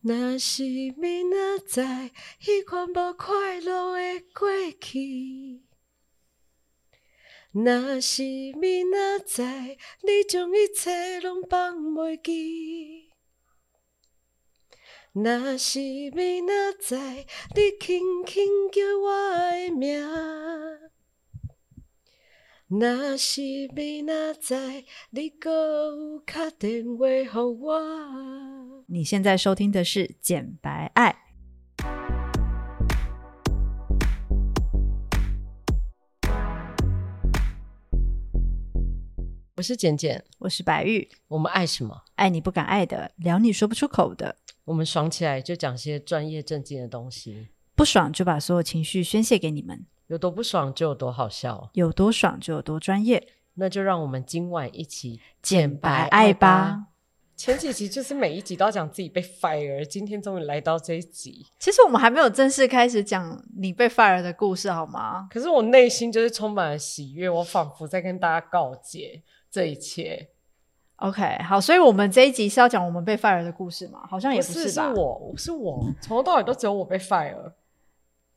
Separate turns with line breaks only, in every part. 若是明仔载，迄款无快乐的过去。若是明仔载，你将一切拢放袂记。若是明仔载，你轻轻叫我的名。若是明仔载，你搁有敲电话互我。
你现在收听的是《简白爱》。
我是简简，
我是白玉，
我们爱什么？
爱你不敢爱的，聊你说不出口的，
我们爽起来就讲些专业正经的东西，
不爽就把所有情绪宣泄给你们，
有多不爽就有多好笑。
有多爽就有多专业。
那就让我们今晚一起
简白爱吧。。
前几集就是每一集都要讲自己被 fire，今天终于来到这一集。
其实我们还没有正式开始讲你被 fire 的故事，好吗？
可是我内心就是充满了喜悦，我仿佛在跟大家告解这一切。
OK，好，所以我们这一集是要讲我们被 fire 的故事吗？好像也
不
是
是，是
吧。
我，是我，从头到尾都只有我被 fire。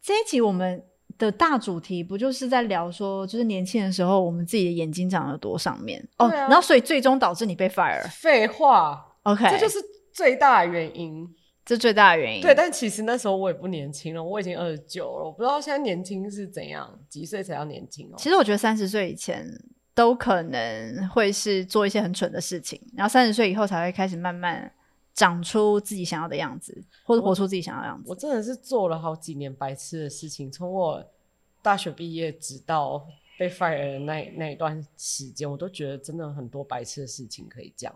这一集我们的大主题不就是在聊说，就是年轻的时候我们自己的眼睛长得多上面哦，
对啊
然后所以最终导致你被 fire。
废话，
OK，
这就是最大的原因。
这最大的原因。
对，但其实那时候我也不年轻了，我已经二十九了，我不知道现在年轻是怎样，几岁才叫年轻哦？
其实我觉得三十岁以前都可能会是做一些很蠢的事情，然后三十岁以后才会开始慢慢长出自己想要的样子，或者活出自己想要的样
我
子。
真的是做了好几年白痴的事情，从我大学毕业直到被 fire 的那那一段时间，我都觉得真的很多白痴的事情可以讲。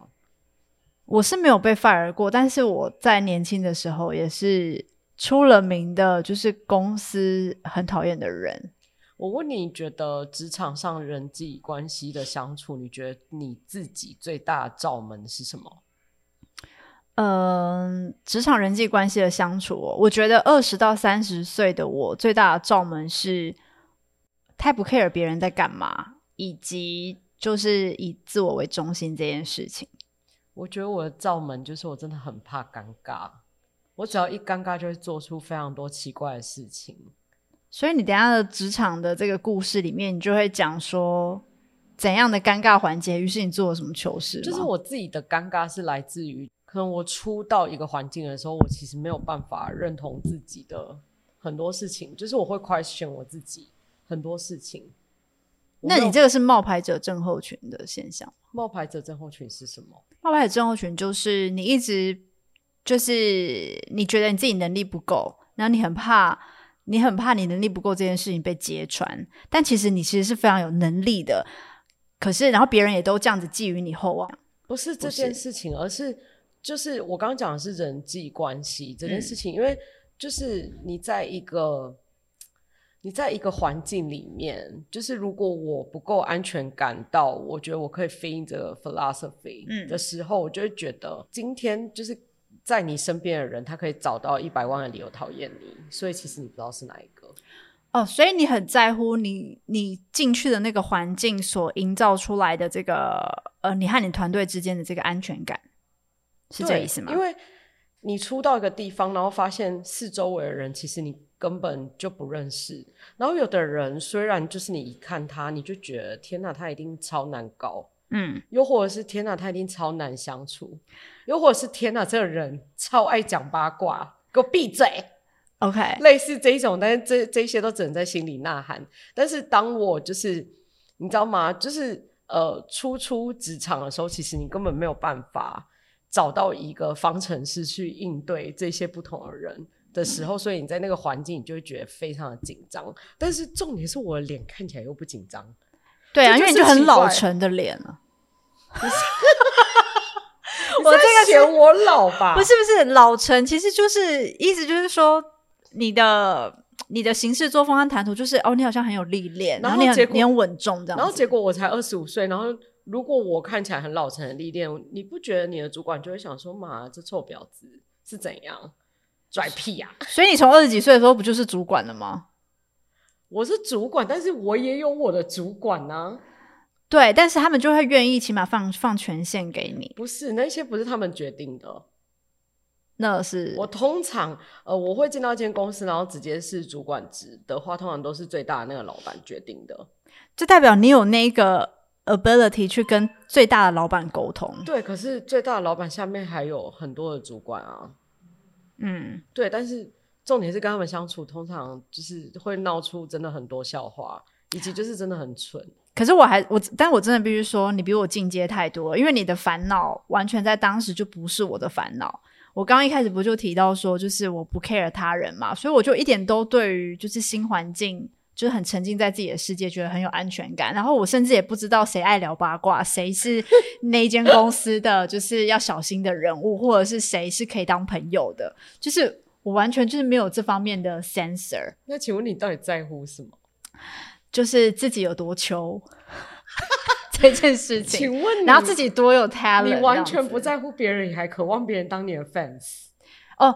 我是没有被 fire 过，但是我在年轻的时候也是出了名的，就是公司很讨厌的人。
我问你，觉得职场上人际关系的相处，你觉得你自己最大的罩门是什么？
嗯，职场人际关系的相处、哦，我觉得二十到三十岁的我最大的罩门是太不 care 别人在干嘛，以及就是以自我为中心这件事情。
我觉得我的罩门就是我真的很怕尴尬，我只要一尴尬就会做出非常多奇怪的事情。
所以你等一下的职场的这个故事里面，你就会讲说怎样的尴尬环节，于是你做了什么糗事吗？
就是我自己的尴尬是来自于，可能我初到一个环境的时候，我其实没有办法认同自己的很多事情，就是我会 question 我自己很多事情。我
那
没
你
有
这个是冒牌者症候群的现象。
冒牌者症候群是什么？
冒牌者症候群就是你一直就是你觉得你自己能力不够，然后你很怕你很怕你能力不够这件事情被揭穿，但其实你其实是非常有能力的，可是然后别人也都这样子寄予你厚望。
不是这
不是
件事情，而是就是我刚刚讲的是人际关系这件
嗯
事情，因为就是你在一个你在一个环境里面，就是如果我不够安全感到，我觉得我可以 fit in 这个 philosophy
嗯
的时候，我就会觉得今天就是在你身边的人，他可以找到一百万的理由讨厌你，所以其实你不知道是哪一个。
哦，所以你很在乎你你进去的那个环境所营造出来的这个呃，你和你团队之间的这个安全感，是这
对
意思吗？
因为你出到一个地方，然后发现四周围的人其实你根本就不认识，然后有的人虽然就是你一看他，你就觉得天哪，他一定超难搞，
嗯，
又或者是天哪，他一定超难相处，又或者是天哪，这个人超爱讲八卦，给我闭嘴。
OK，
类似这一种，但是这这一些都只能在心里呐喊。但是当我就是你知道吗？就是呃，初出职场的时候，其实你根本没有办法找到一个方程式去应对这些不同的人的时候，所以你在那个环境，你就会觉得非常的紧张。但是重点是我的脸看起来又不紧张，
对啊，
这
因
就是
为你就
奇
很老
怪
成的脸了。
我这个嫌我老吧？
不是不是，老成其实就是意思就是说，你的你的行事作风和谈吐就是哦，你好像很有历练，
然
然
后
后你
结果
很你很稳重这样子。
然后结果我才二十五岁，然后如果我看起来很老成很历练，你不觉得你的主管就会想说，妈，这臭婊子是怎样拽屁呀、
所以你从二十几岁的时候不就是主管了吗？
我是主管，但是我也有我的主管呐、
对，但是他们就会愿意起码放放权限给你。
不是那些不是他们决定的，
那是
我通常呃，我会进到一间公司，然后直接是主管职的话，通常都是最大的那个老板决定的。
就代表你有那个 ability 去跟最大的老板沟通。
对，可是最大的老板下面还有很多的主管啊。
嗯，
对，但是重点是跟他们相处，通常就是会闹出真的很多笑话，以及就是真的很蠢。
可是我还我，但我真的必须说，你比我进阶太多了，因为你的烦恼完全在当时就不是我的烦恼。我刚刚一开始不就提到说，就是我不 care 他人嘛，所以我就一点都对于就是新环境就是很沉浸在自己的世界，觉得很有安全感。然后我甚至也不知道谁爱聊八卦，谁是那一间公司的就是要小心的人物，或者是谁是可以当朋友的，就是我完全就是没有这方面的 sensor，
那请问你到底在乎什么？
就是自己有多穷 这件事情。
请问你，
然后自己多有 talent，
嗯你完
这样
全
子
不在乎别人，你还渴望别人当你的 fans，
哦。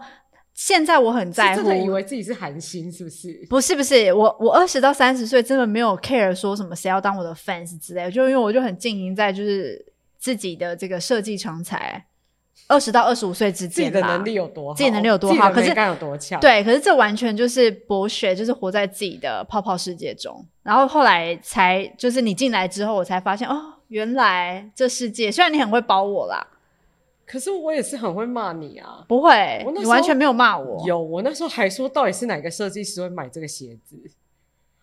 现在我很在
是
乎，
真的以为自己是韩星是不是？
不是不是，我我二十到三十岁真的没有 care 说什么谁要当我的 fans 之类的，就因为我就很经营在就是自己的这个设计成才，二十到二十五岁之
自己
间
的
吧。
能力有多好，
自己能力有多好
自己的
可是
美感有多强？，
对，可是这完全就是博学，就是活在自己的泡泡世界中。然后后来才就是你进来之后，我才发现哦，原来这世界虽然你很会包我啦，
可是我也是很会骂你啊。
不会
我那，时候
你完全没有骂我。
有，我那时候还说到底是哪个设计师会买这个鞋子？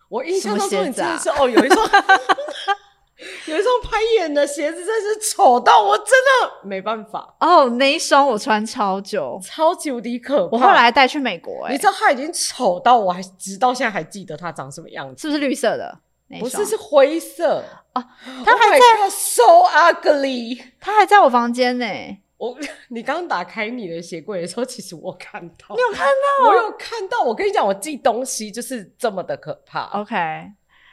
我印象当
什么
中
鞋
你
子
真的
啊
是、哦，有一双 有一双攀岩的鞋子，真是丑到我真的没办法，
哦，那一双我穿超久，
超级无敌可怕。
我后来带去美国、欸，
你知道他已经丑到我还直到现在还记得他长什么样子，
是不是绿色的？那一
不
双
是是灰色
哦，
他还在 so ugly。
他还在我房间呢、
我 你刚打开你的鞋柜的时候，其实我看到，
你有看到
我有看到。我跟你讲，我寄东西就是这么的可怕。
？OK，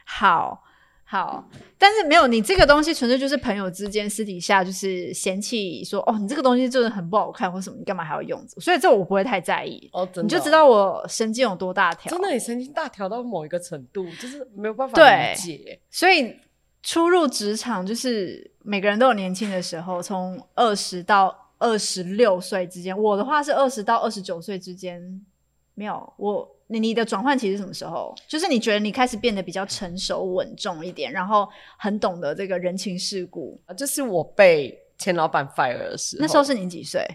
好好，但是没有你这个东西，纯粹就是朋友之间私底下就是嫌弃说，哦，你这个东西就是很不好看或什么，你干嘛还要用？所以这我不会太在意，
哦，真的哦
你就知道我神经有多大条。
真的，你神经大条到某一个程度，就是没有办法
对
理解。
所以初入职场，就是每个人都有年轻的时候，从二十到二十六岁之间。我的话是二十到二十九岁之间，没有我。你你的转换期是什么时候？就是你觉得你开始变得比较成熟稳重一点，然后很懂得这个人情世故。
啊就是我被前老板 fire 的时候，
那时候是你几岁？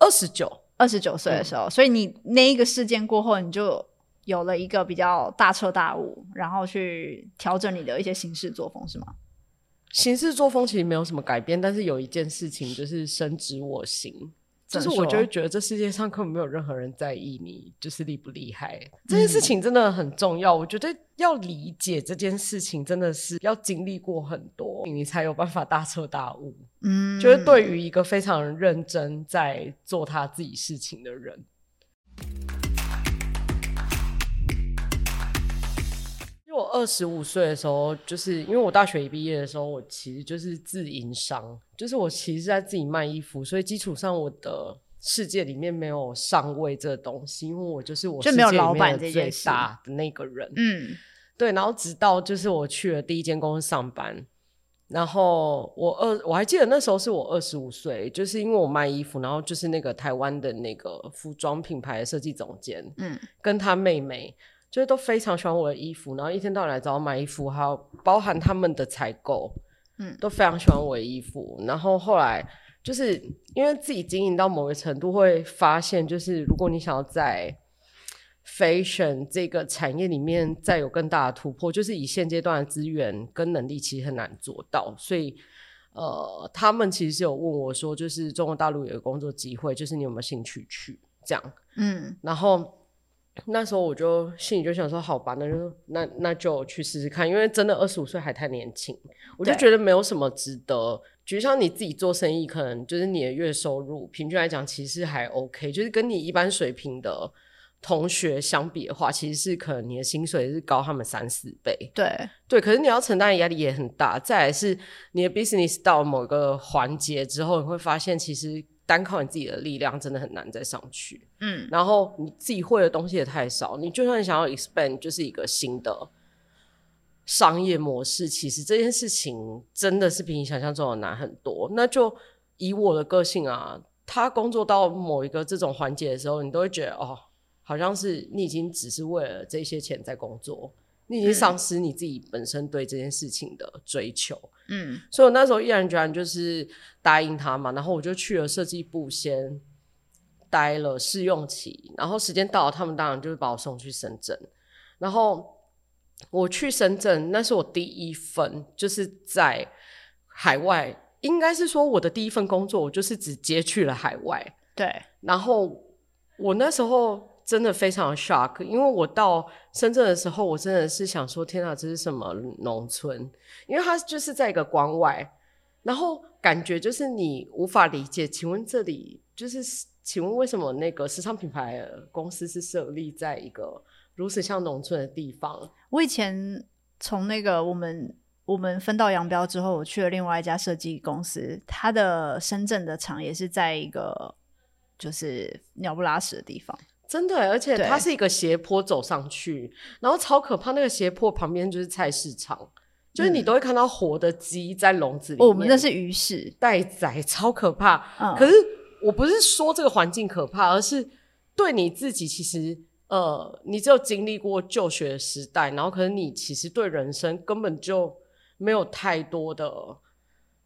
二十九，
二十九岁
嗯
的时候，所以你那一个事件过后，你就有了一个比较大彻大悟，然后去调整你的一些行事作风，是
嗯
吗？
行事作风其实没有什么改变，但是有一件事情就是深植我心。
怎
就
么
是我
说
就会觉得这世界上根本没有任何人在意你，就是厉不厉害
嗯
这件事情真的很重要。我觉得要理解这件事情，真的是要经历过很多，你才有办法大彻大悟。
嗯，
就是对于一个非常认真在做他自己事情的人，因为我二十五岁的时候，就是因为我大学一毕业的时候，我其实就是自营商，就是我其实是在自己卖衣服，所以基础上我的世界里面没有上位这东西，因为我就是我
就
世
没有
界里
老
面
板
的
这件
最
事
大的那个人，
嗯。
对，然后直到就是我去了第一间公司上班，然后我二我还记得那时候是我二十五岁，就是因为我卖衣服，然后就是那个台湾的那个服装品牌的设计总监，
嗯
嗯，跟他妹妹。就是都非常喜欢我的衣服，然后一天到晚来找我买衣服，还有包含他们的采购，
嗯
嗯，都非常喜欢我的衣服。然后后来就是因为自己经营到某个程度，会发现，就是如果你想要在 fashion 这个产业里面再有更大的突破，就是以现阶段的资源跟能力，其实很难做到。所以，呃，他们其实有问我说，就是中国大陆有个工作机会，就是你有没有兴趣去这样？
嗯
然后那时候我就心里就想说，好吧，那就那那就去试试看，因为真的二十五岁还太年轻，我就
对
觉得没有什么值得。就像你自己做生意，可能就是你的月收入平均来讲，其实还 OK，就是跟你一般水平的同学相比的话，其实是可能你的薪水是高他们三四倍。，
对，
对，可是你要承担的压力也很大。再来是你的 business 到某个环节之后，你会发现其实单靠你自己的力量真的很难再上去。
嗯
然后你自己会的东西也太少，你就算想要 expand，就是一个新的商业模式，其实这件事情真的是比你想象中的难很多。那就以我的个性啊，他工作到某一个这种环节的时候，你都会觉得哦，好像是你已经只是为了这些钱在工作，你已经丧失你自己本身对这件事情的追求。
嗯
所以我那时候毅然决然就是答应他嘛，然后我就去了设计部先待了试用期，然后时间到了，他们当然就是把我送去深圳，然后我去深圳，那是我第一份就是在海外，应该是说我的第一份工作，我就是直接去了海外，
对，
然后我那时候真的非常 shock，因为我到深圳的时候，我真的是想说，天哪，这是什么农村？因为它就是在一个关外，然后感觉就是你无法理解。请问这里就是，请问为什么那个时尚品牌的公司是设立在一个如此像农村的地方？
我以前从那个我们我们分道扬镳之后，我去了另外一家设计公司，它的深圳的厂也是在一个就是鸟不拉屎的地方。
真的欸，而且
对
它是一个斜坡走上去，然后超可怕。那个斜坡旁边就是菜市场，就是你
嗯
都会看到活的鸡在笼子里面。
哦，我们那是鱼市，
待宰，超可怕。
嗯，
可是我不是说这个环境可怕，而是对你自己其实。呃，你只有经历过就学时代，然后可是你其实对人生根本就没有太多的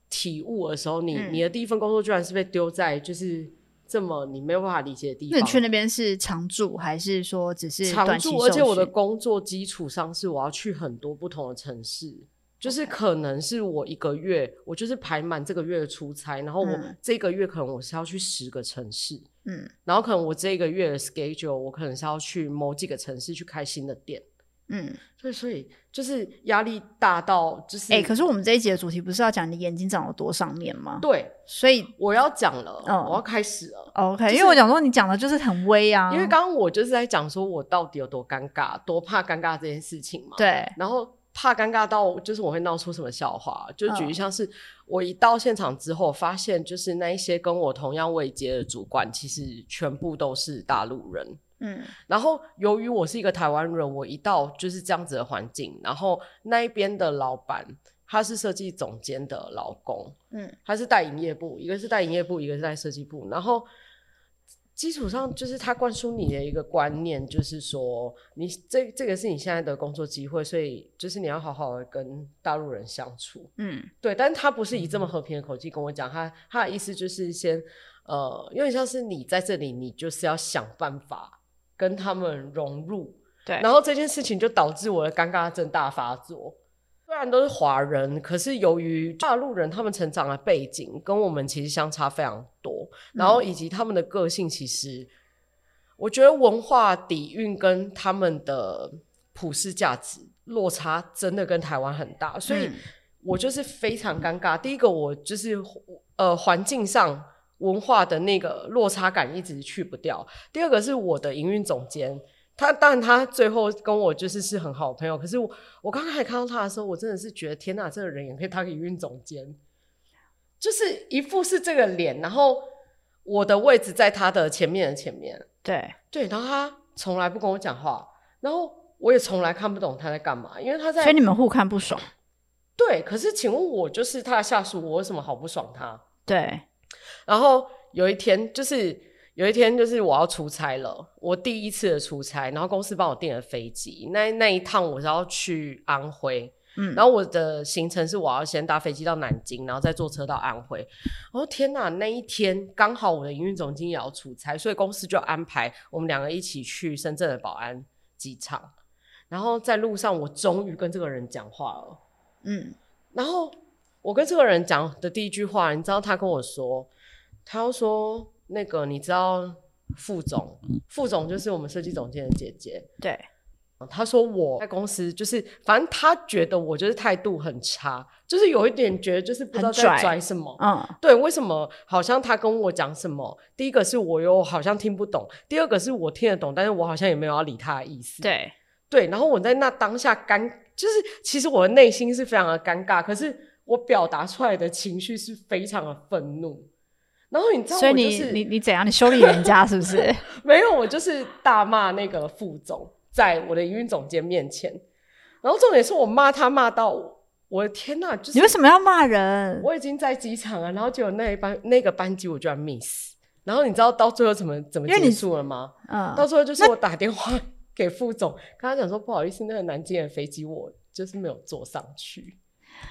体悟的时候，你、
嗯
你的第一份工作居然是被丢在就是这么你没有办法理解的地
那
方，
你去那边是常住还是说只是
常
短期
住，
受
而且我的
训
工作基础上是我要去很多不同的城市，就是可能是我一个月，我就是排满这个月的出差，然后我
嗯
这个月可能我是要去十个城市，
嗯
然后可能我这个月的 schedule 我可能是要去某几个城市去开新的店，
嗯，
所以所以就是压力大到就是
哎、可是我们这一集的主题不是要讲你眼睛长有多上面吗？
对
所以
我要讲了，
嗯
我要开始了。
OK，、
是
因为我讲说你讲的就是很微啊，
因为刚刚我就是在讲说，我到底有多尴尬，多怕尴尬这件事情嘛。
对
然后怕尴尬到就是我会闹出什么笑话，就举
嗯
例像是、我一到现场之后，发现就是那一些跟我同样位阶的主管，其实全部都是大陆人。
嗯
然后由于我是一个台湾人，我一到就是这样子的环境，然后那一边的老板他是设计总监的老公，
嗯
他是带营业部，一个是带营业部，一个是带设计部。然后基础上就是他灌输你的一个观念，就是说你这这个是你现在的工作机会，所以就是你要好好的跟大陆人相处。
嗯
对，但他不是以这么和平的口气跟我讲，他他的意思就是先呃，有点像是你在这里，你就是要想办法跟他们融入。
对，
然后这件事情就导致我的尴尬症大发作。虽然都是华人，可是由于大陆人他们成长的背景跟我们其实相差非常多，然后以及他们的个性，其实我觉得文化底蕴跟他们的普世价值落差真的跟台湾很大，所以
嗯
我就是非常尴尬。第一个，我就是呃环境上文化的那个落差感一直去不掉；第二个是我的营运总监，他当然他最后跟我就是是很好的朋友，可是我我刚才看到他的时候，我真的是觉得天哪，这个人也可以当营运总监，就是一副是这个脸，然后我的位置在他的前面的前面，
对，
对，然后他从来不跟我讲话，然后我也从来看不懂他在干嘛，因为他在
所以你们互看不爽，
对，可是请问我就是他的下属，我有什么好不爽他？
对，
然后有一天，就是有一天，就是我要出差了，我第一次的出差，然后公司帮我订了飞机，那那一趟我是要去安徽，
嗯，
然后我的行程是我要先搭飞机到南京，然后再坐车到安徽。哦天哪，那一天刚好我的营运总经也要出差，所以公司就安排我们两个一起去深圳的宝安机场。然后在路上，我终于跟这个人讲话了。
嗯
然后我跟这个人讲的第一句话，你知道他跟我说，他要说那个你知道副总，副总就是我们设计总监的姐姐。
对，
他说我在公司就是，反正他觉得我就是态度很差，就是有一点觉得就是不知道
很
在
拽
拽什么。
嗯
对，为什么好像他跟我讲什么？第一个是我又好像听不懂，第二个是我听得懂，但是我好像也没有要理他的意思。
对，
对，然后我在那当下尴，就是其实我的内心是非常的尴尬，可是我表达出来的情绪是非常的愤怒。然后你知道，
所以
我就
你
是
你你怎样？你修理人家是不是？
没有， 我就是大骂那个副总，在我的营运总监面前。然后重点是我骂他骂到我，我的天呐，就是
你为什么要骂人？
我已经在机场了，然后结果那一班那个班机我居然 miss，然后你知道到最后怎么怎么
因为
结
你
束了吗？
嗯，
到最后就是我打电话给副总，跟他讲说不好意思，那个南京的飞机我就是没有坐上去，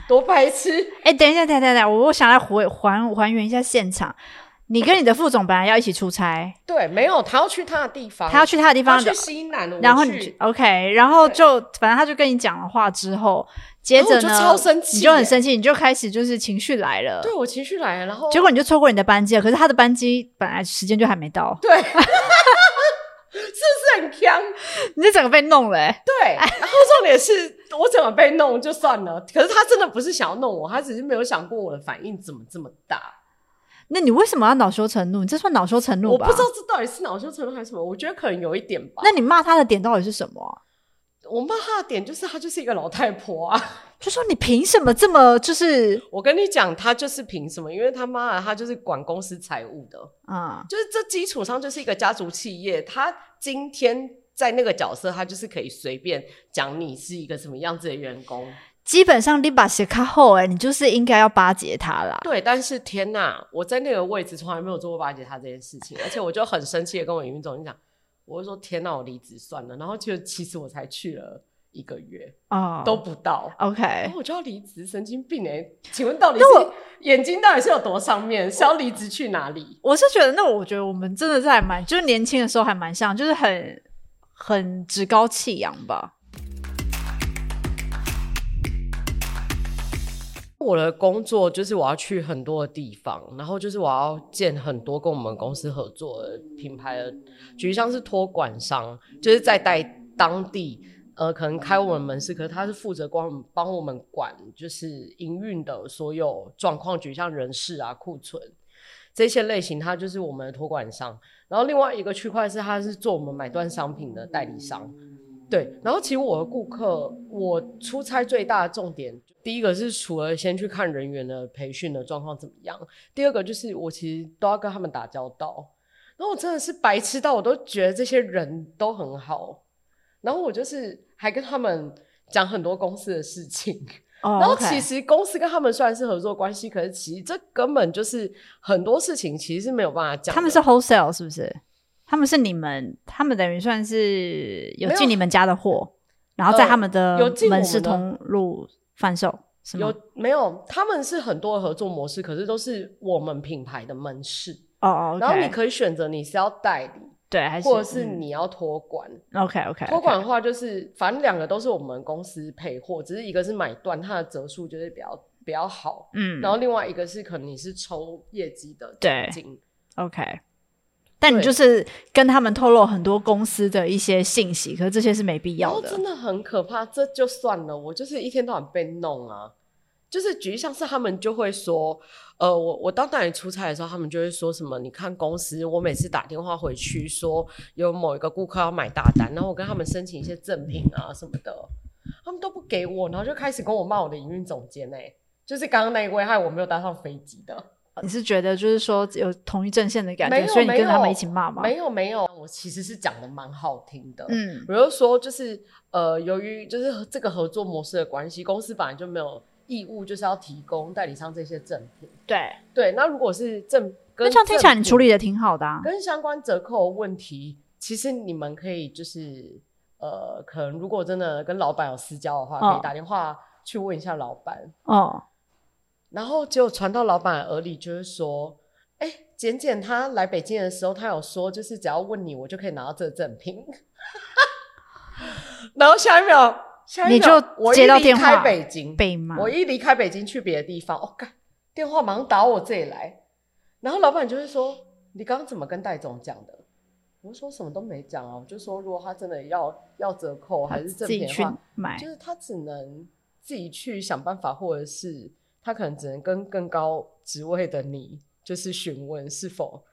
多白痴！
哎、等一下，等一下，等一下，我我想来回还还原一下现场。你跟你的副总本来要一起出差，
对，没有，他要去他的地方，
他要去他的地
他
方，
去西南，我
然后你
去
就 OK，然后
对
就反正他就跟你讲了话之后，接着
然后
呢，
我就超生气
你就很
耶
生气，你就开始就是情绪来了，
对我情绪来了，然后
结果你就错过你的班机了。可是他的班机本来时间就还没到，
对，是不是很强？
你就整个被弄了、欸。
对，然后重点是我怎么被弄就算了，可是他真的不是想要弄我，他只是没有想过我的反应怎么这么大。
那你为什么要恼羞成怒？你这算恼羞成怒
我
吧？
不知道这到底是恼羞成怒还是什么，我觉得可能有一点吧。
那你骂他的点到底是什么啊、
我骂他的点就是他就是一个老太婆啊！
就说你凭什么这么就是
我跟你讲，他就是凭什么？因为他妈的，他就是管公司财务的，
啊、
就是这基础上就是一个家族企业。他今天在那个角色，他就是可以随便讲你是一个什么样子的员工。
基本上你把鞋卡后哎、你就是应该要巴结他啦。
对，但是天呐，我在那个位置从来没有做过巴结他这件事情，而且我就很生气的跟我营运总监讲，我就说天呐，我离职算了。然后就其实我才去了一个月
哦，
都不到，然
OK。
后我就要离职，神经病哎、请问到底是眼睛到底是有多上面？是要离职去哪里？
我是觉得，那我觉得我们真的是还蛮，就是年轻的时候还蛮像，就是很很趾高气扬吧。
我的工作就是我要去很多的地方，然后就是我要见很多跟我们公司合作的品牌的，举像是托管商，就是在带当地。呃，可能开我们门市，可是他是负责光帮我们管，就是营运的所有状况，举像人事啊、库存这些类型，他就是我们的托管商。然后另外一个区块是，他是做我们买断商品的代理商。对，然后其实我的顾客，我出差最大的重点，第一个是除了先去看人员的培训的状况怎么样，第二个就是我其实都要跟他们打交道，然后我真的是白痴到我都觉得这些人都很好，然后我就是还跟他们讲很多公司的事情，
哦
然后
OK
其实公司跟他们虽然是合作关系，可是其实这根本就是很多事情其实是没有办法讲的，
他们是 wholesale 是不是？他们是你们，他们等于算是有
没有
进你们家的货，然后在
呃
他们的
有进我们
门
的
市通路贩售，是吗
有？没有？他们是很多的合作模式，可是都是我们品牌的门市。
哦哦，
然后你可以选择你是要代理，
对，还是嗯
或者是你要托管。
OK OK
托管的话，就是反正两个都是我们公司配货，只是一个是买断，它的折数就是比较比较好。
嗯，
然后另外一个是可能你是抽业绩的奖
对
金，
OK。但你
对
就是跟他们透露很多公司的一些信息，可是这些是没必
然
要
后
的
哦真。的很可怕。这就算了，我就是一天到晚被弄啊。就是举例像是他们就会说，呃，我我到那里出差的时候，他们就会说什么？你看公司，我每次打电话回去说有某一个顾客要买大单，然后我跟他们申请一些赠品啊什么的，他们都不给我，然后就开始跟我骂我的营运总监哎、就是刚刚那一位害我没有搭上飞机的，
你是觉得就是说有同一阵线的感
没
觉，
有
所以你
没
跟他们
有
一起骂吗？
没有没有，我其实是讲的蛮好听的，
嗯
我就说，就是呃，由于就是这个合作模式的关系，公司本来就没有义务就是要提供代理商这些赠品。
对。
对，那如果是赠，跟
那这样听起来你处理
的
的挺好的啊。
跟相关折扣问题，其实你们可以就是呃，可能如果真的跟老板有私交的话，可
哦
以打电话去问一下老板。
哦，
然后结果传到老板耳里，就是说，哎、简简他来北京的时候，他有说，就是只要问你，我就可以拿到这个赠品。 然后下一秒，下一秒
你就
我一
接到
离
电
开
话
北京，
被骂。
我一离开北京去别的地方，哦，干，电话马上打我这里来。然后老板就会说，你刚刚怎么跟戴总讲的？我说什么都没讲啊，我就说如果他真的要要折扣还是
自
赠
己
品的
去
话，
买啊
就。是他只能自己去想办法，或者是他可能只能跟更高职位的你，就是询问是否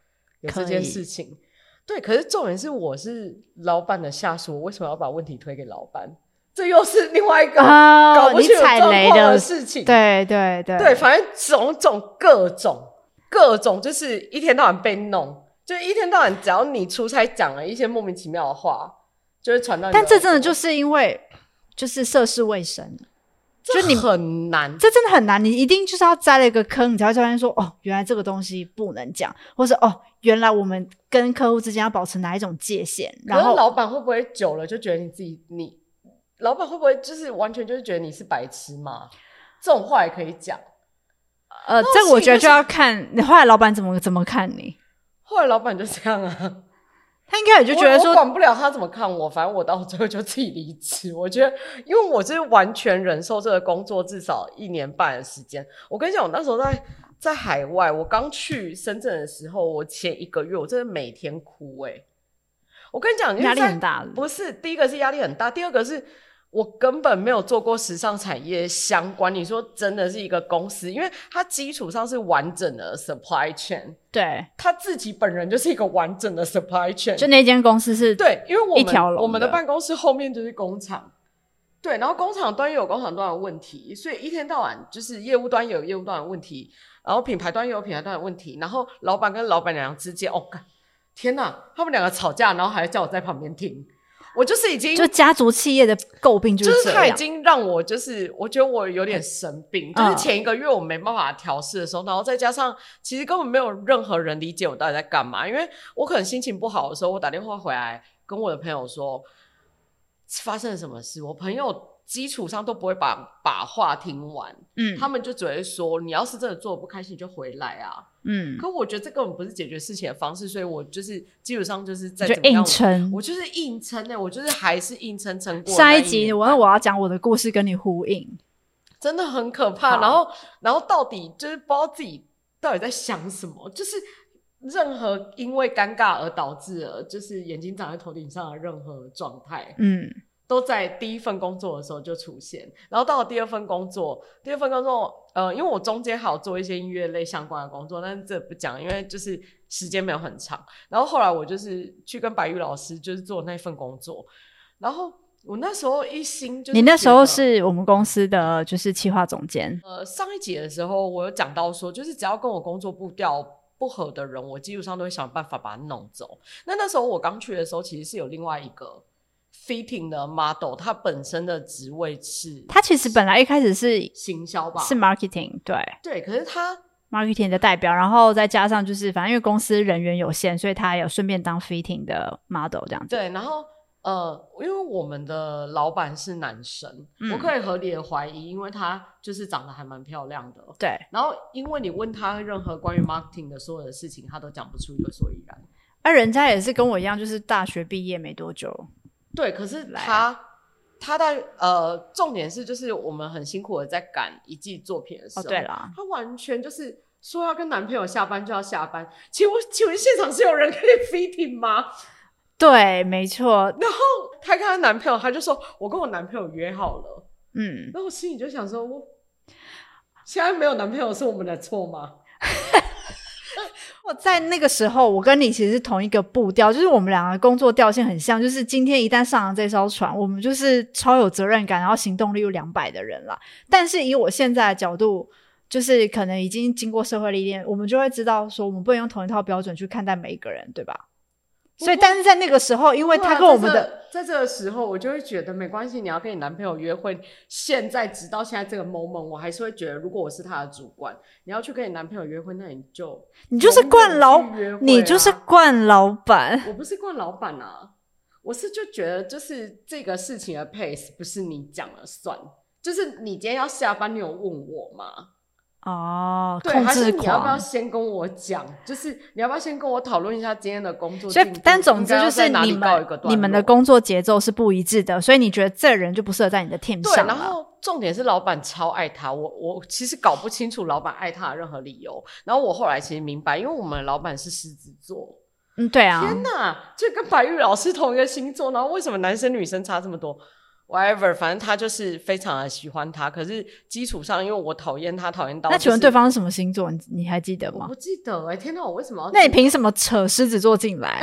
有
可
这
以
件事情。对，可是重点是我是老板的下属，我为什么要把问题推给老板？这又是另外一个
哦
搞不
你
清楚
踩
状
雷
况
了
的事情。
对对对
对，反正种种各种各种，就是一天到晚被弄，就一天到晚，只要你出差讲了一些莫名其妙的话，就会传到你耳
但
朵。
这真的就是因为就是涉世未深，啊
就
就你
很难，
这真的很难，你一定就是要栽了一个坑，你才会发现说，哦，原来这个东西不能讲，或是哦，原来我们跟客户之间要保持哪一种界限，
然
然
后
后
老板会不会久了就觉得你自己你，老板会不会就是完全就是觉得你是白痴嘛？这种话也可以讲。
呃，
那我
这个
心
我
里
觉得
就
就是要看你后来老板怎么怎么看你，
后来老板就这样啊，
他应该也就觉得
我我
说，
管不了他怎么看我，反正我到最后就自己离职。我觉得，因为我就是完全忍受这个工作至少一年半的时间。我跟你讲，我那时候在在海外，我刚去深圳的时候，我前一个月我真的每天哭哎、我跟你讲，因为
压力
在
很大了
不是，第一个是压力很大，第二个是我根本没有做过时尚产业相关。你说真的是一个公司，因为它基础上是完整的 supply chain，
对，
他自己本人就是一个完整的 supply chain。
就那间公司是
对，因为我
一条龙
们
的
我们的办公室后面就是工厂，对，然后工厂端也有工厂端的问题，所以一天到晚就是业务端也有业务端的问题，然后品牌端也有品牌端的问题，然后老板跟老板娘之间，哦，干天哪，他们两个吵架，然后还叫我在旁边听，我就是已经
就家族企业的诟病
就是是
这
他已
样，
经让我就是，我觉得我有点神病，就
嗯
是前一个月我没办法调试的时候，然后再加上其实根本没有任何人理解我到底在干嘛，因为我可能心情不好的时候，我打电话回来跟我的朋友说发生了什么事，我朋友基础上都不会把把话听完，
嗯
他们就只会说你要是真的做的不开心你就回来啊，
嗯，
可我觉得这根本不是解决事情的方式，所以我就是基本上就是在
就
怎么样
硬撑。
我就是硬撑呢、我就是还是硬撑撑过
下
那
一
一
集
年
我
半
我要讲我的故事跟你呼应，
真的很可怕。
好
然后，然后到底就是不知道自己到底在想什么，就是任何因为尴尬而导致了就是眼睛长在头顶上的任何状态，
嗯，
都在第一份工作的时候就出现。然后到了第二份工作，第二份工作，呃，因为我中间还有做一些音乐类相关的工作，但是这不讲，因为就是时间没有很长。然后后来我就是去跟白玉老师就是做那份工作，然后我那时候一心就是
你那时候
觉得
是我们公司的就是企划总监，
呃，上一节的时候我有讲到说，就是只要跟我工作步调不合的人，我基本上都会想办法把他弄走。那那时候我刚去的时候，其实是有另外一个 fitting 的 model，他本身的职位是
他其实本来一开始是
行销吧，
是 marketing 对
对，可是他
marketing 的代表，然后再加上就是反正因为公司人员有限，所以他有顺便当 fitting 的 model 这样子。
对，然后呃，因为我们的老板是男生，
嗯
我可以合理的怀疑，因为他就是长得还蛮漂亮的，
对，
然后因为你问他任何关于 marketing 的所有的事情，他都讲不出一个所以然。
那、啊人家也是跟我一样，就是大学毕业没多久，
对，可是
来
他他在呃，重点是就是我们很辛苦的在赶一季作品的时
哦
候，
对啦，
他完全就是说要跟男朋友下班就要下班，请问请问现场是有人可以 fitting 吗？
对，没错，
她跟她男朋友，她就说我跟我男朋友约好了，
嗯，
那我心里就想说，我现在没有男朋友是我们的错吗？
我哦在那个时候，我跟你其实是同一个步调，就是我们两个工作调性很像。就是今天一旦上了这艘船，我们就是超有责任感，然后行动力又两百的人啦。但是以我现在的角度，就是可能已经经过社会历练，我们就会知道说，我们不能用同一套标准去看待每一个人，对吧？所以，
不过
但是在那个时候，因为
对
他
啊
跟我
在
们
这
的
在这个时候，我就会觉得没关系。你要跟你男朋友约会，现在直到现在这个 moment，我还是会觉得，如果我是他的主管，你要去跟你男朋友约会，那你就
你就是惯老，
勇敢去约会啊
你就是惯老板，
我不是惯老板啊，我是就觉得就是这个事情的 pace 不是你讲了算，就是你今天要下班，你有问我吗？
哦，
对，
控
还
制
是你要不要
狂。
先跟我讲？就是你要不要先跟我讨论一下今天的工作
所
进
以
度？，
但总
应
之
该
就
要
是
在哪里
你
告一
们
个段
你们的
落
工作节奏是不一致的，所以你觉得这人就不适合在你的 team
对，
上
然
了。
后重点是老板超爱他，我我其实搞不清楚老板爱他的任何理由。然后我后来其实明白，因为我们老板是狮子座，
嗯，对啊，
天哪，就跟白玉老师同一个星座，然后为什么男生女生差这么多？Whatever，反正他就是非常的喜欢他，可是基础上因为我讨厌他，讨厌到
那
就
请问
是
对方是什么星座？你你还记得
我
吗
不？记得哎、天哪，我为什么要记？
那你凭什么扯狮子座进 来？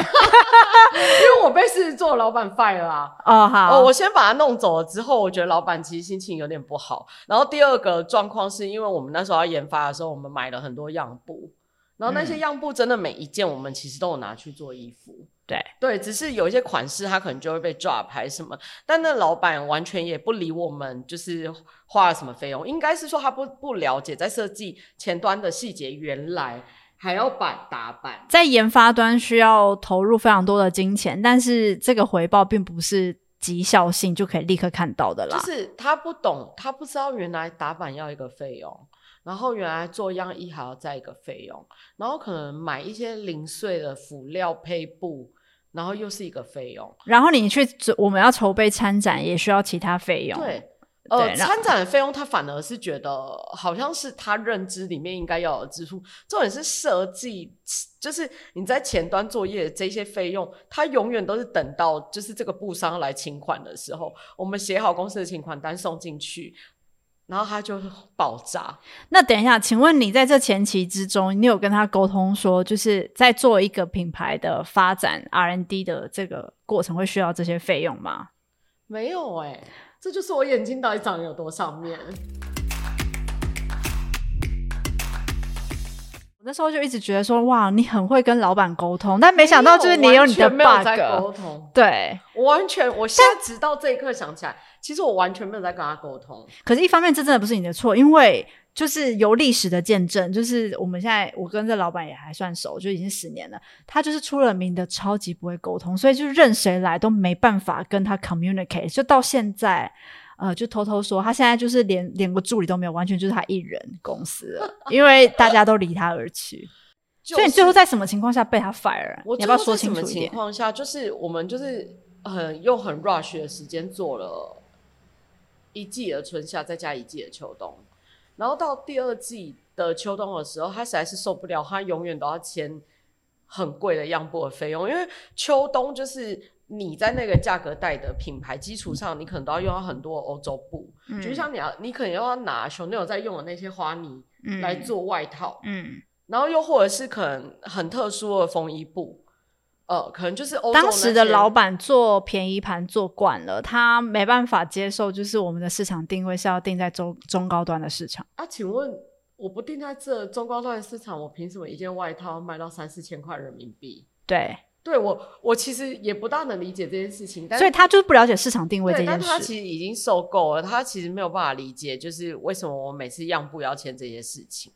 因为我被狮子座老板 fire 啊。
哦，好，
哦，我先把他弄走了之后，我觉得老板其实心情有点不好。然后第二个状况是因为我们那时候要研发的时候，我们买了很多样布，然后那些
嗯
样布真的每一件我们其实都有拿去做衣服，
对
对，只是有一些款式它可能就会被 drop 还是什么，但那老板完全也不理我们，就是花了什么费用，应该是说他不不了解在设计前端的细节，原来还要版打版。
在研发端需要投入非常多的金钱，但是这个回报并不是绩效性就可以立刻看到的啦。
就是他不懂，他不知道原来打板要一个费用，然后原来做样衣还要再一个费用，然后可能买一些零碎的辅料配布，然后又是一个费用。
然后你去我们要筹备参展，也需要其他费用。
对，呃，
对那
参展的费用他反而是觉得好像是他认知里面应该要有的支出，重点是设计，就是你在前端作业这些费用，他永远都是等到就是这个布商来请款的时候，我们写好公司的请款单送进去。然后他就爆炸，
那等一下，请问你在这前期之中，你有跟他沟通说，就是在做一个品牌的发展 R N D 的这个过程会需要这些费用吗？
没有哎、这就是我眼睛到底长得有多上面。
我那时候就一直觉得说，哇，你很会跟老板沟通，但没 想到就是你有你的
哎没有完全没有在
bug。
沟通，
对，
我完全，我现在直到这一刻想起来，其实我完全没有在跟他沟通。
可是，一方面这真的不是你的错，因为就是有历史的见证，就是我们现在我跟这老板也还算熟，就已经十年了。他就是出了名的超级不会沟通，所以就是任谁来都没办法跟他 communicate。就到现在，呃，就偷偷说，他现在就是连连个助理都没有，完全就是他一人公司了，因为大家都离他而去。
就
所以你
是
最后在什么情况下被他 fire？啊
我
你要不
最
要
后
说
在什
清
么
楚一
情
点？
况下，就是我们就是很用很 rush 的时间做了一季的春夏，再加一季的秋冬，然后到第二季的秋冬的时候，他实在是受不了，他永远都要签很贵的样布的费用，因为秋冬就是你在那个价格带的品牌基础上，你可能都要用到很多欧洲布，
嗯
就像你要你可能要拿熊 h 在用的那些花呢
嗯
来，做外套，
嗯，
然后又或者是可能很特殊的风衣布，呃，可能就是欧洲
当时的
那些
老板做便宜盘做惯了，他没办法接受，就是我们的市场定位是要定在中中高端的市场。
啊，请问我不定在这中高端市场，我凭什么一件外套卖到三四千块人民币？
对，
对我，我其实也不大能理解这件事情，但
所以他就是不了解市场定位这
对，但
件
他
事。
其实已经受够了，他其实没有办法理解，就是为什么我每次样布要签这些事情。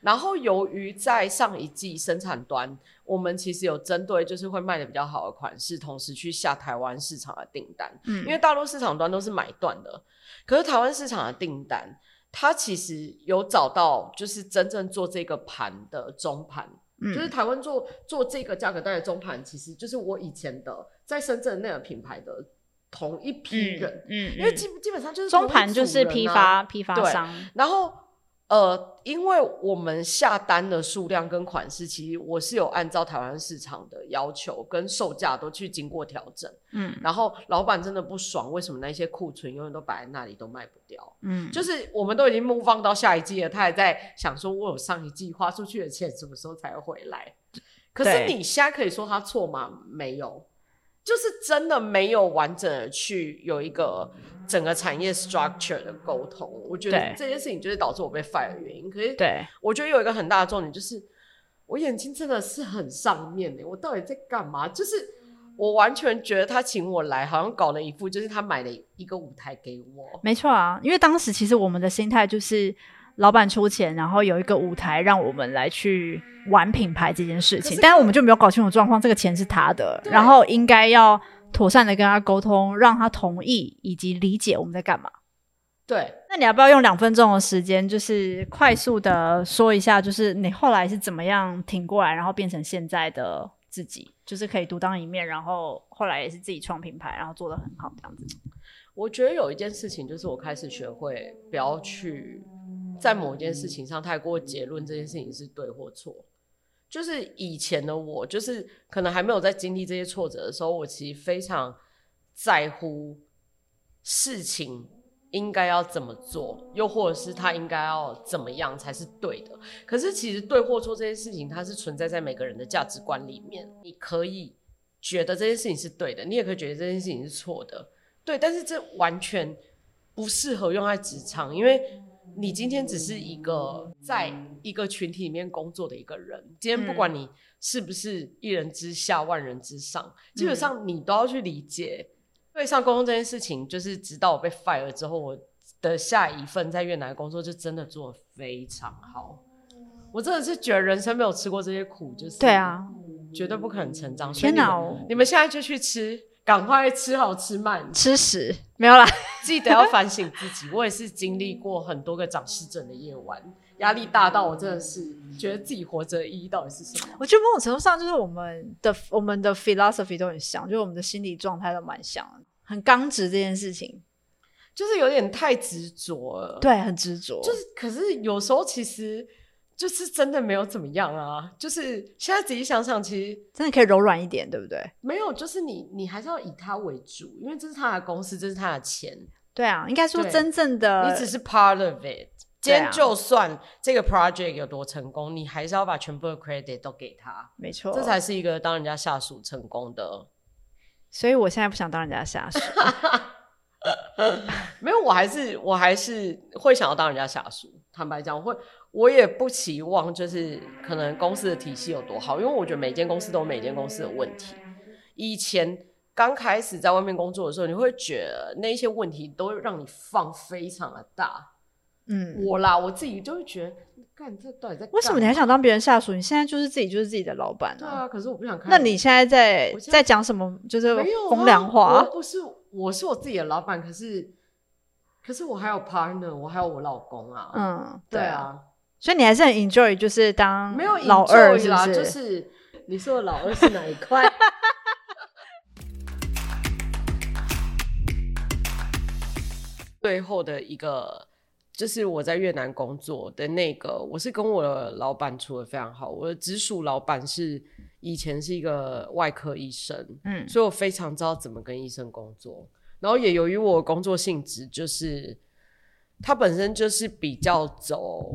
然后，由于在上一季生产端，我们其实有针对就是会卖的比较好的款式，同时去下台湾市场的订单，
嗯
因为大陆市场端都是买断的，可是台湾市场的订单，它其实有找到就是真正做这个盘的中盘，
嗯
就是台湾做做这个价格带的中盘，其实就是我以前的在深圳那个品牌的同一批人，
嗯
因为基基本上就是
中
同一
盘
组
就是
人
批
啊
发批发
对
商，
然后呃，因为我们下单的数量跟款式，其实我是有按照台湾市场的要求跟售价都去经过调整。
嗯
然后老板真的不爽，为什么那些库存永远都摆在那里都卖不掉？
嗯，
就是我们都已经 move on 到下一季了，他还在想说，我有上一季花出去的钱什么时候才会回来？可是
对
你现在可以说他错吗？没有，就是真的没有完整的去有一个整个产业 structure 的沟通。我觉得
对
这件事情就是导致我被 fire 的原因。可是
对。
我觉得有一个很大的重点就是，我眼睛真的是很上面欸的、我到底在干嘛？就是我完全觉得他请我来，好像搞了一副就是他买了一个舞台给我。
没错啊，因为当时其实我们的心态就是，老板出钱，然后有一个舞台让我们来去玩品牌这件事
可
情
是，
但是我们就没有搞清楚状况，这个钱是他的，
对
然后应该要妥善的跟他沟通，让他同意以及理解我们在干嘛。
对，
那你要不要用两分钟的时间，就是快速的说一下，就是你后来是怎么样挺过来，然后变成现在的自己，就是可以独当一面，然后后来也是自己创品牌，然后做的很好这样子。
我觉得有一件事情就是我开始学会不要去在某一件事情上太过结论这件事情是对或错。就是以前的我，就是可能还没有在经历这些挫折的时候，我其实非常在乎事情应该要怎么做，又或者是他应该要怎么样才是对的。可是其实对或错这件事情，它是存在在每个人的价值观里面。你可以觉得这件事情是对的，你也可以觉得这件事情是错的，对。但是这完全不适合用在职场，因为你今天只是一个在一个群体里面工作的一个人，今天不管你是不是一人之下万人之上，基本上你都要去理解。对上工作这件事情，就是直到我被 fire 之后，我的下一份在越南的工作就真的做得非常好。我真的是觉得人生没有吃过这些苦，就是
对，啊，
绝对不可能成长。所以
天
你们
哪，我
你们现在就去吃，赶快吃好吃慢，
吃屎没有啦，
记得要反省自己。我也是经历过很多个长湿疹的夜晚，压力大到我真的是觉得自己活着的意义到底是什么？
我觉得某种程度上就是我们的我们的 philosophy 都很像，就是我们的心理状态都蛮像的，很刚直这件事情，
就是有点太执着了。，
对，很执着，
就是可是有时候其实就是真的没有怎么样啊。就是现在仔细想想，其实
真的可以柔软一点，对不对？
没有，就是你你还是要以他为主，因为这是他的公司，这是他的钱，
对啊，应该说
对
真正的
你只是 part of it。今
对啊
天就算这个 project 有多成功，你还是要把全部的 credit 都给他，
没错，
这才是一个当人家下属成功的
所以我现在不想当人家的下属，
没有，我还是我还是会想要当人家下属。坦白讲，我会我也不期望就是可能公司的体系有多好，因为我觉得每间公司都有每间公司的问题。以前刚开始在外面工作的时候，你会觉得那一些问题都让你放非常的大。
嗯。啊
我啦，我自己就会觉得，干这到底在干
为什么你还想当别人下属？你现在就是自己就是自己的老板
对啊？可是我不想看。
那你现在在
我现在
在讲什么？就是
没有啊
风凉话、
我不是，我是我自己的老板，可是可是我还有 partner，我还有我老公啊。
嗯，
对，啊。
所以你还是很 enjoy，就是当
没有
老二
enjoy
是不
啦，
是？
就是你说的老二是哪一块？ 最后的一个就是我在越南工作的那个，我是跟我的老板处的非常好。我的直属老板是以前是一个外科医生，
嗯
所以我非常知道怎么跟医生工作。然后也由于我的工作性质，就是它本身就是比较走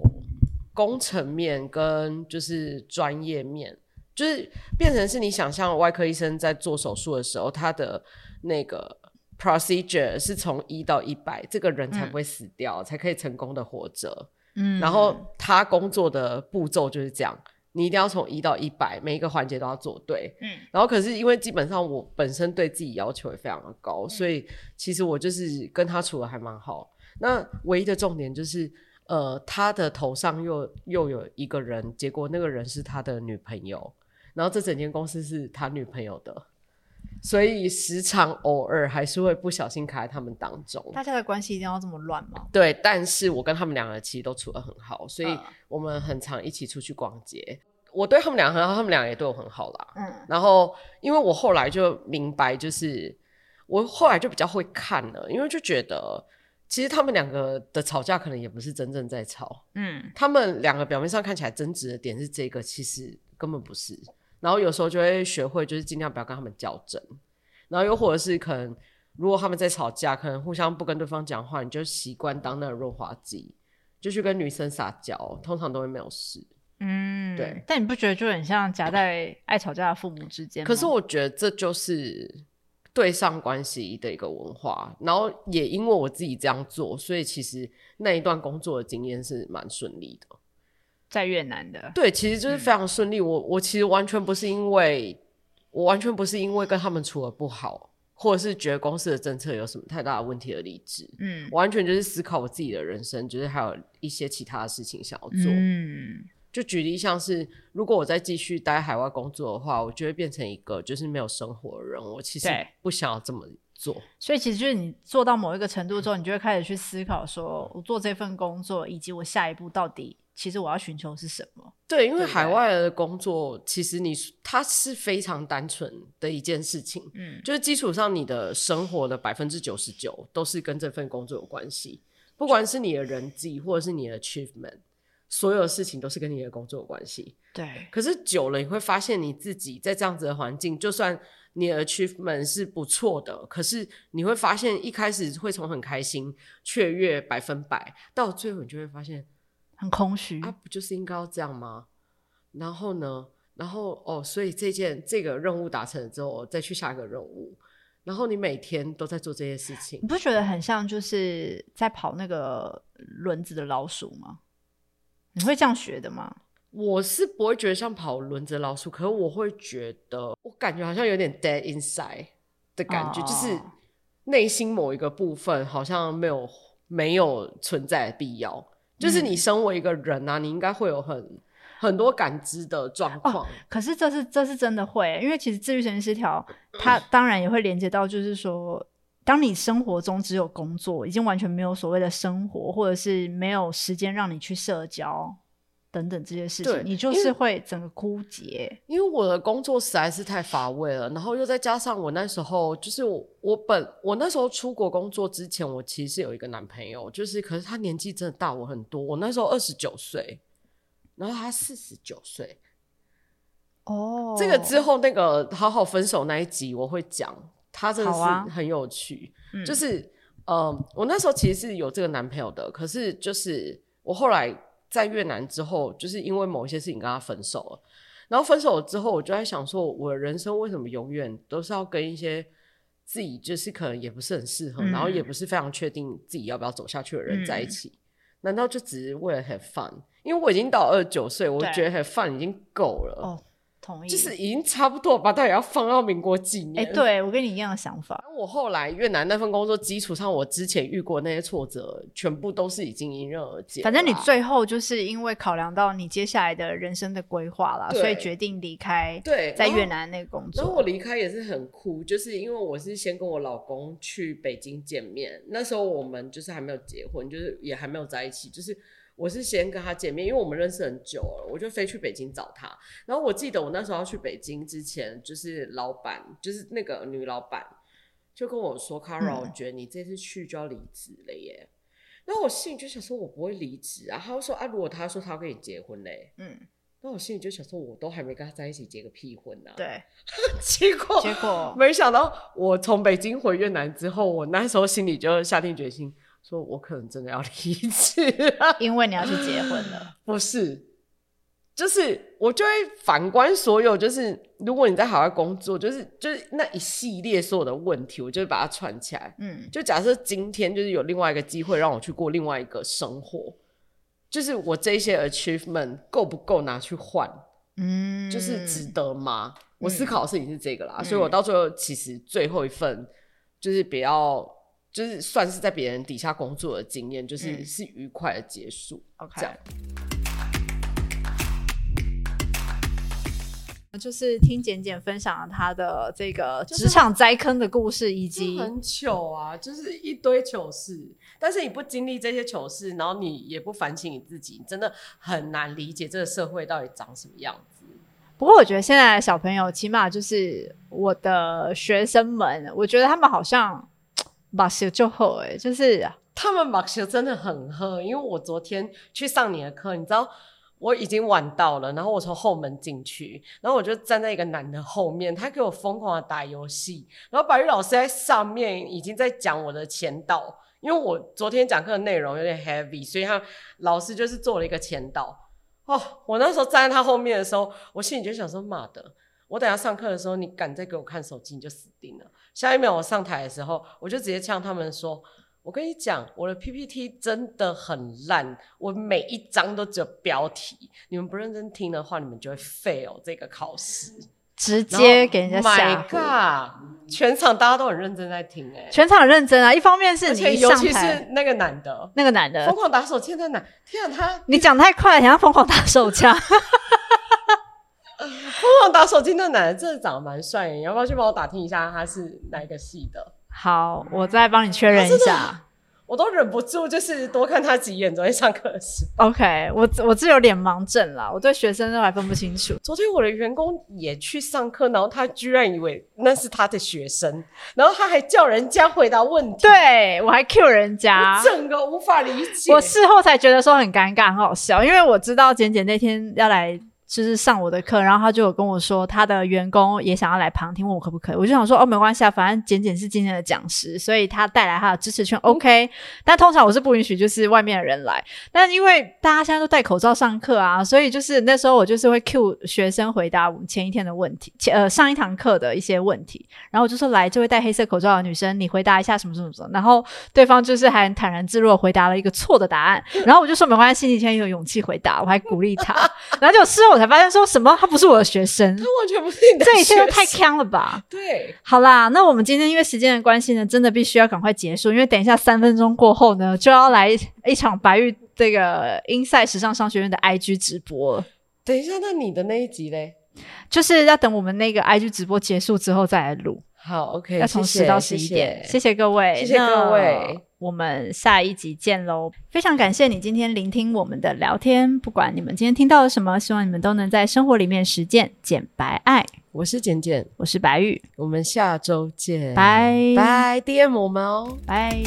工程面跟就是专业面，就是变成是你想象外科医生在做手术的时候，他的那个 procedure 是从一到一百，这个人才不会死掉，才可以成功的活着。
嗯，
然后他工作的步骤就是这样，你一定要从一到一百，每一个环节都要做对。
嗯，
然后可是因为基本上我本身对自己要求也非常的高，所以其实我就是跟他处的还蛮好。那唯一的重点就是，呃，他的头上又又有一个人，结果那个人是他的女朋友，然后这整间公司是他女朋友的。所以时常偶尔还是会不小心卡在他们当中，
大家的关系一定要这么乱吗？
对，但是我跟他们两个其实都处得很好，所以
嗯
我们很常一起出去逛街。我对他们俩很好，他们俩也对我很好啦。
嗯
然后，因为我后来就明白，就是我后来就比较会看了，因为就觉得其实他们两个的吵架可能也不是真正在吵，
嗯，
他们两个表面上看起来争执的点是这个，其实根本不是。然后有时候就会学会，就是尽量不要跟他们较真。然后又或者是可能，如果他们在吵架，可能互相不跟对方讲话，你就习惯当那个润滑剂，就去跟女生撒娇，通常都会没有事。
嗯，
对。
但你不觉得就很像夹在爱吵架的父母之间吗？
可是我觉得这就是对上关系的一个文化。然后也因为我自己这样做，所以其实那一段工作的经验是蛮顺利的。
在越南的，
对，其实
嗯
就是非常顺利。我我其实完全不是因为，我完全不是因为跟他们处的不好，或者是觉得公司的政策有什么太大的问题而离职，
嗯
我完全就是思考我自己的人生，就是还有一些其他的事情想要做。
嗯
就举例像是，如果我再继续待海外工作的话，我就会变成一个就是没有生活的人。我其实
对
不想要这么做。
所以其实就是你做到某一个程度之后，你就会开始去思考说，我做这份工作以及我下一步到底其实我要寻求是什么？
对，因为
对不
海
对
外的工作，其实你它是非常单纯的一件事情。
嗯
就是基础上你的生活的百分之九十九都是跟这份工作有关系，不管是你的人际或者是你的 achievement，所有事情都是跟你的工作有关系。
对，
可是久了，你会发现你自己在这样子的环境，就算你的 achievement 是不错的，可是你会发现一开始会从很开心、雀跃百分百，到最后你就会发现，
很空虚。
啊，不就是应该要这样吗？然后呢，然后哦，所以这件这个任务达成了之后，我再去下一个任务，然后你每天都在做这些事情
你，不觉得很像就是在跑那个轮子的老鼠吗？你会这样学的吗？
我是不会觉得像跑轮子的老鼠，可是我会觉得，我感觉好像有点 dead inside 的感觉，
哦
就是内心某一个部分好像没有没有存在的必要。就是你身为一个人啊，你应该会有很很多感知的状况。
可是这是这是真的会，因为其实自律神经失调，
嗯
它当然也会连接到，就是说，当你生活中只有工作，已经完全没有所谓的生活，或者是没有时间让你去社交等等这些事
对
情，你就
因为
是会整个枯竭。
因为我的工作实在是太乏味了，然后又再加上我那时候就是我我本我那时候出国工作之前，我其实是有一个男朋友，就是可是他年纪真的大我很多，我那时候二十九岁，然后他四十九岁。
哦
这个之后那个好好分手那一集我会讲，他真的
好啊
是很有趣，
嗯
就是呃，我那时候其实是有这个男朋友的，可是就是我后来在越南之后，就是因为某一些事情跟他分手了，然后分手了之后，我就在想说，我人生为什么永远都是要跟一些。自己就是可能也不是很适合，
嗯
然后也不是非常确定自己要不要走下去的人在一起，难道就只是为了 have fun？因为我已经到二十九岁，我
对
觉得 have fun 已经够了。
哦，同意，
就是已经差不多吧，到底要放到民国几
哎、
年？。
对我跟你一样的想法。
啊我后来越南那份工作基础上，我之前遇过那些挫折，全部都是已经迎刃而解了啦。
反正你最后就是因为考量到你接下来的人生的规划啦，
对
所以决定离开
对
在越。
然后
南那个工
然后我
作。
离开也是很酷，就是因为我是先跟我老公去北京见面，那时候我们就是还没有结婚，就是也还没有在一起，就是我是先跟他见面，因为我们认识很久了，我就飞去北京找他。然后我记得我那时候要去北京之前，就是老板，就是那个女老板，就跟我说 c a r
嗯
o 我觉得你这次去就要离职了耶。”然后我心里就想说，我不会离职啊。他就说：“啊，如果他说他要跟你结婚嘞。”
嗯，
那我心里就想说，我都还没跟他在一起，结个屁婚呐、啊！，
对，
结果
结 果
没想到，我从北京回越南之后，我那时候心里就下定决心，说我可能真的要 离职啊。
因为你要去结婚了。
不是，就是我就会反观所有，就是如果你在海外工作，就是就是那一系列所有的问题，我就会把它串起来。
嗯，
就假设今天就是有另外一个机会让我去过另外一个生活，就是我这些 achievement 够不够拿去换，
嗯，
就是值得吗？我思考的事情是这个啦，
嗯
所以我到最后其实最后一份就是比较。就是算是在别人底下工作的经验，就是、
嗯
是愉快的结束。
OK
这样
就是听简简分享了她的这个
就是
职场栽坑的故事，以
就
及
很糗啊，就是一堆糗事。但是你不经历这些糗事，然后你也不反省你自己，你真的很难理解这个社会到底长什么样子。
不过我觉得现在的小朋友，起码就是我的学生们，我觉得他们好像把学就好哎，就是
他们马修真的很喝，因为我昨天去上你的课，你知道。我已经晚到了，然后我从后门进去，然后我就站在一个男的后面，他给我疯狂的打游戏，然后白玉老师在上面已经在讲我的前导，因为我昨天讲课的内容有点 heavy，所以他老师就是做了一个前导。哦，我那时候站在他后面的时候，我心里就想说妈的，我等一下上课的时候你敢再给我看手机，你就死定了。下一秒我上台的时候，我就直接呛他们说：“我跟你讲，我的 PPT 真的很烂，我每一张都只有标题，你们不认真听的话，你们就会 fail 这个考试。
直
然后”
接给人家吓
My
唬。
Oh God！全场大家都很认真在听、欸，哎，
全场很认真啊！一方面是
而
你
且
一
尤
上
其
台
是那个男的
那个男
疯
的，
狂打手枪在哪？天啊，他
你讲太快了，你要疯狂打手 枪。
疯狂打手机那男的真的长得蛮帅的，你要不要去帮我打听一下他是哪一个系的？
好，我再帮你确认一下。
我都忍不住就是多看他几眼。昨天上课的时候
OK，我我这有点盲症啦，我对学生都还分不清楚。
昨天我的员工也去上课，然后他居然以为那是他的学生，然后他还叫人家回答问题，
对啊我还 Q 人家
我，整个无法理解。
我事后才觉得说很尴尬，很好笑，因为我知道简简那天要来就是上我的课，然后他就有跟我说，他的员工也想要来旁听，问我可不可以。我就想说，哦，没关系啊，反正简简是今天的讲师，所以他带来他的支持圈，OK。但通常我是不允许就是外面的人来，但因为大家现在都戴口罩上课啊，所以就是那时候我就是会 Q 学生回答我们前一天的问题，前呃上一堂课的一些问题，然后我就说来，这位戴黑色口罩的女生，你回答一下什么什么什么，然后对方就是还很坦然自若地回答了一个错的答 案，然后我就说没关系，你今天有勇气回答，我还鼓励他，然后就事后我才发现说什么他不是我的学生
他，完全不是你的学
这一
生，
切都太坑了吧。
对，
好啦，那我们今天因为时间的关系呢，真的必须要赶快结束，因为等一下三分钟过后呢，就要来一场白玉这个英赛时尚商学院的 IG 直播了，
等一下，那你的那一集嘞？
就是要等我们那个 IG 直播结束之后再来录，
好，OK，
要从
谢谢
十到十一
谢
点。
谢
谢谢各位，
谢谢各位，
我们下一集见喽！非常感谢你今天聆听我们的聊天，不管你们今天听到了什么，希望你们都能在生活里面实践简白爱。
我是简简，
我是白玉，
我们下周见，
拜
拜，DM 我们哦。
拜。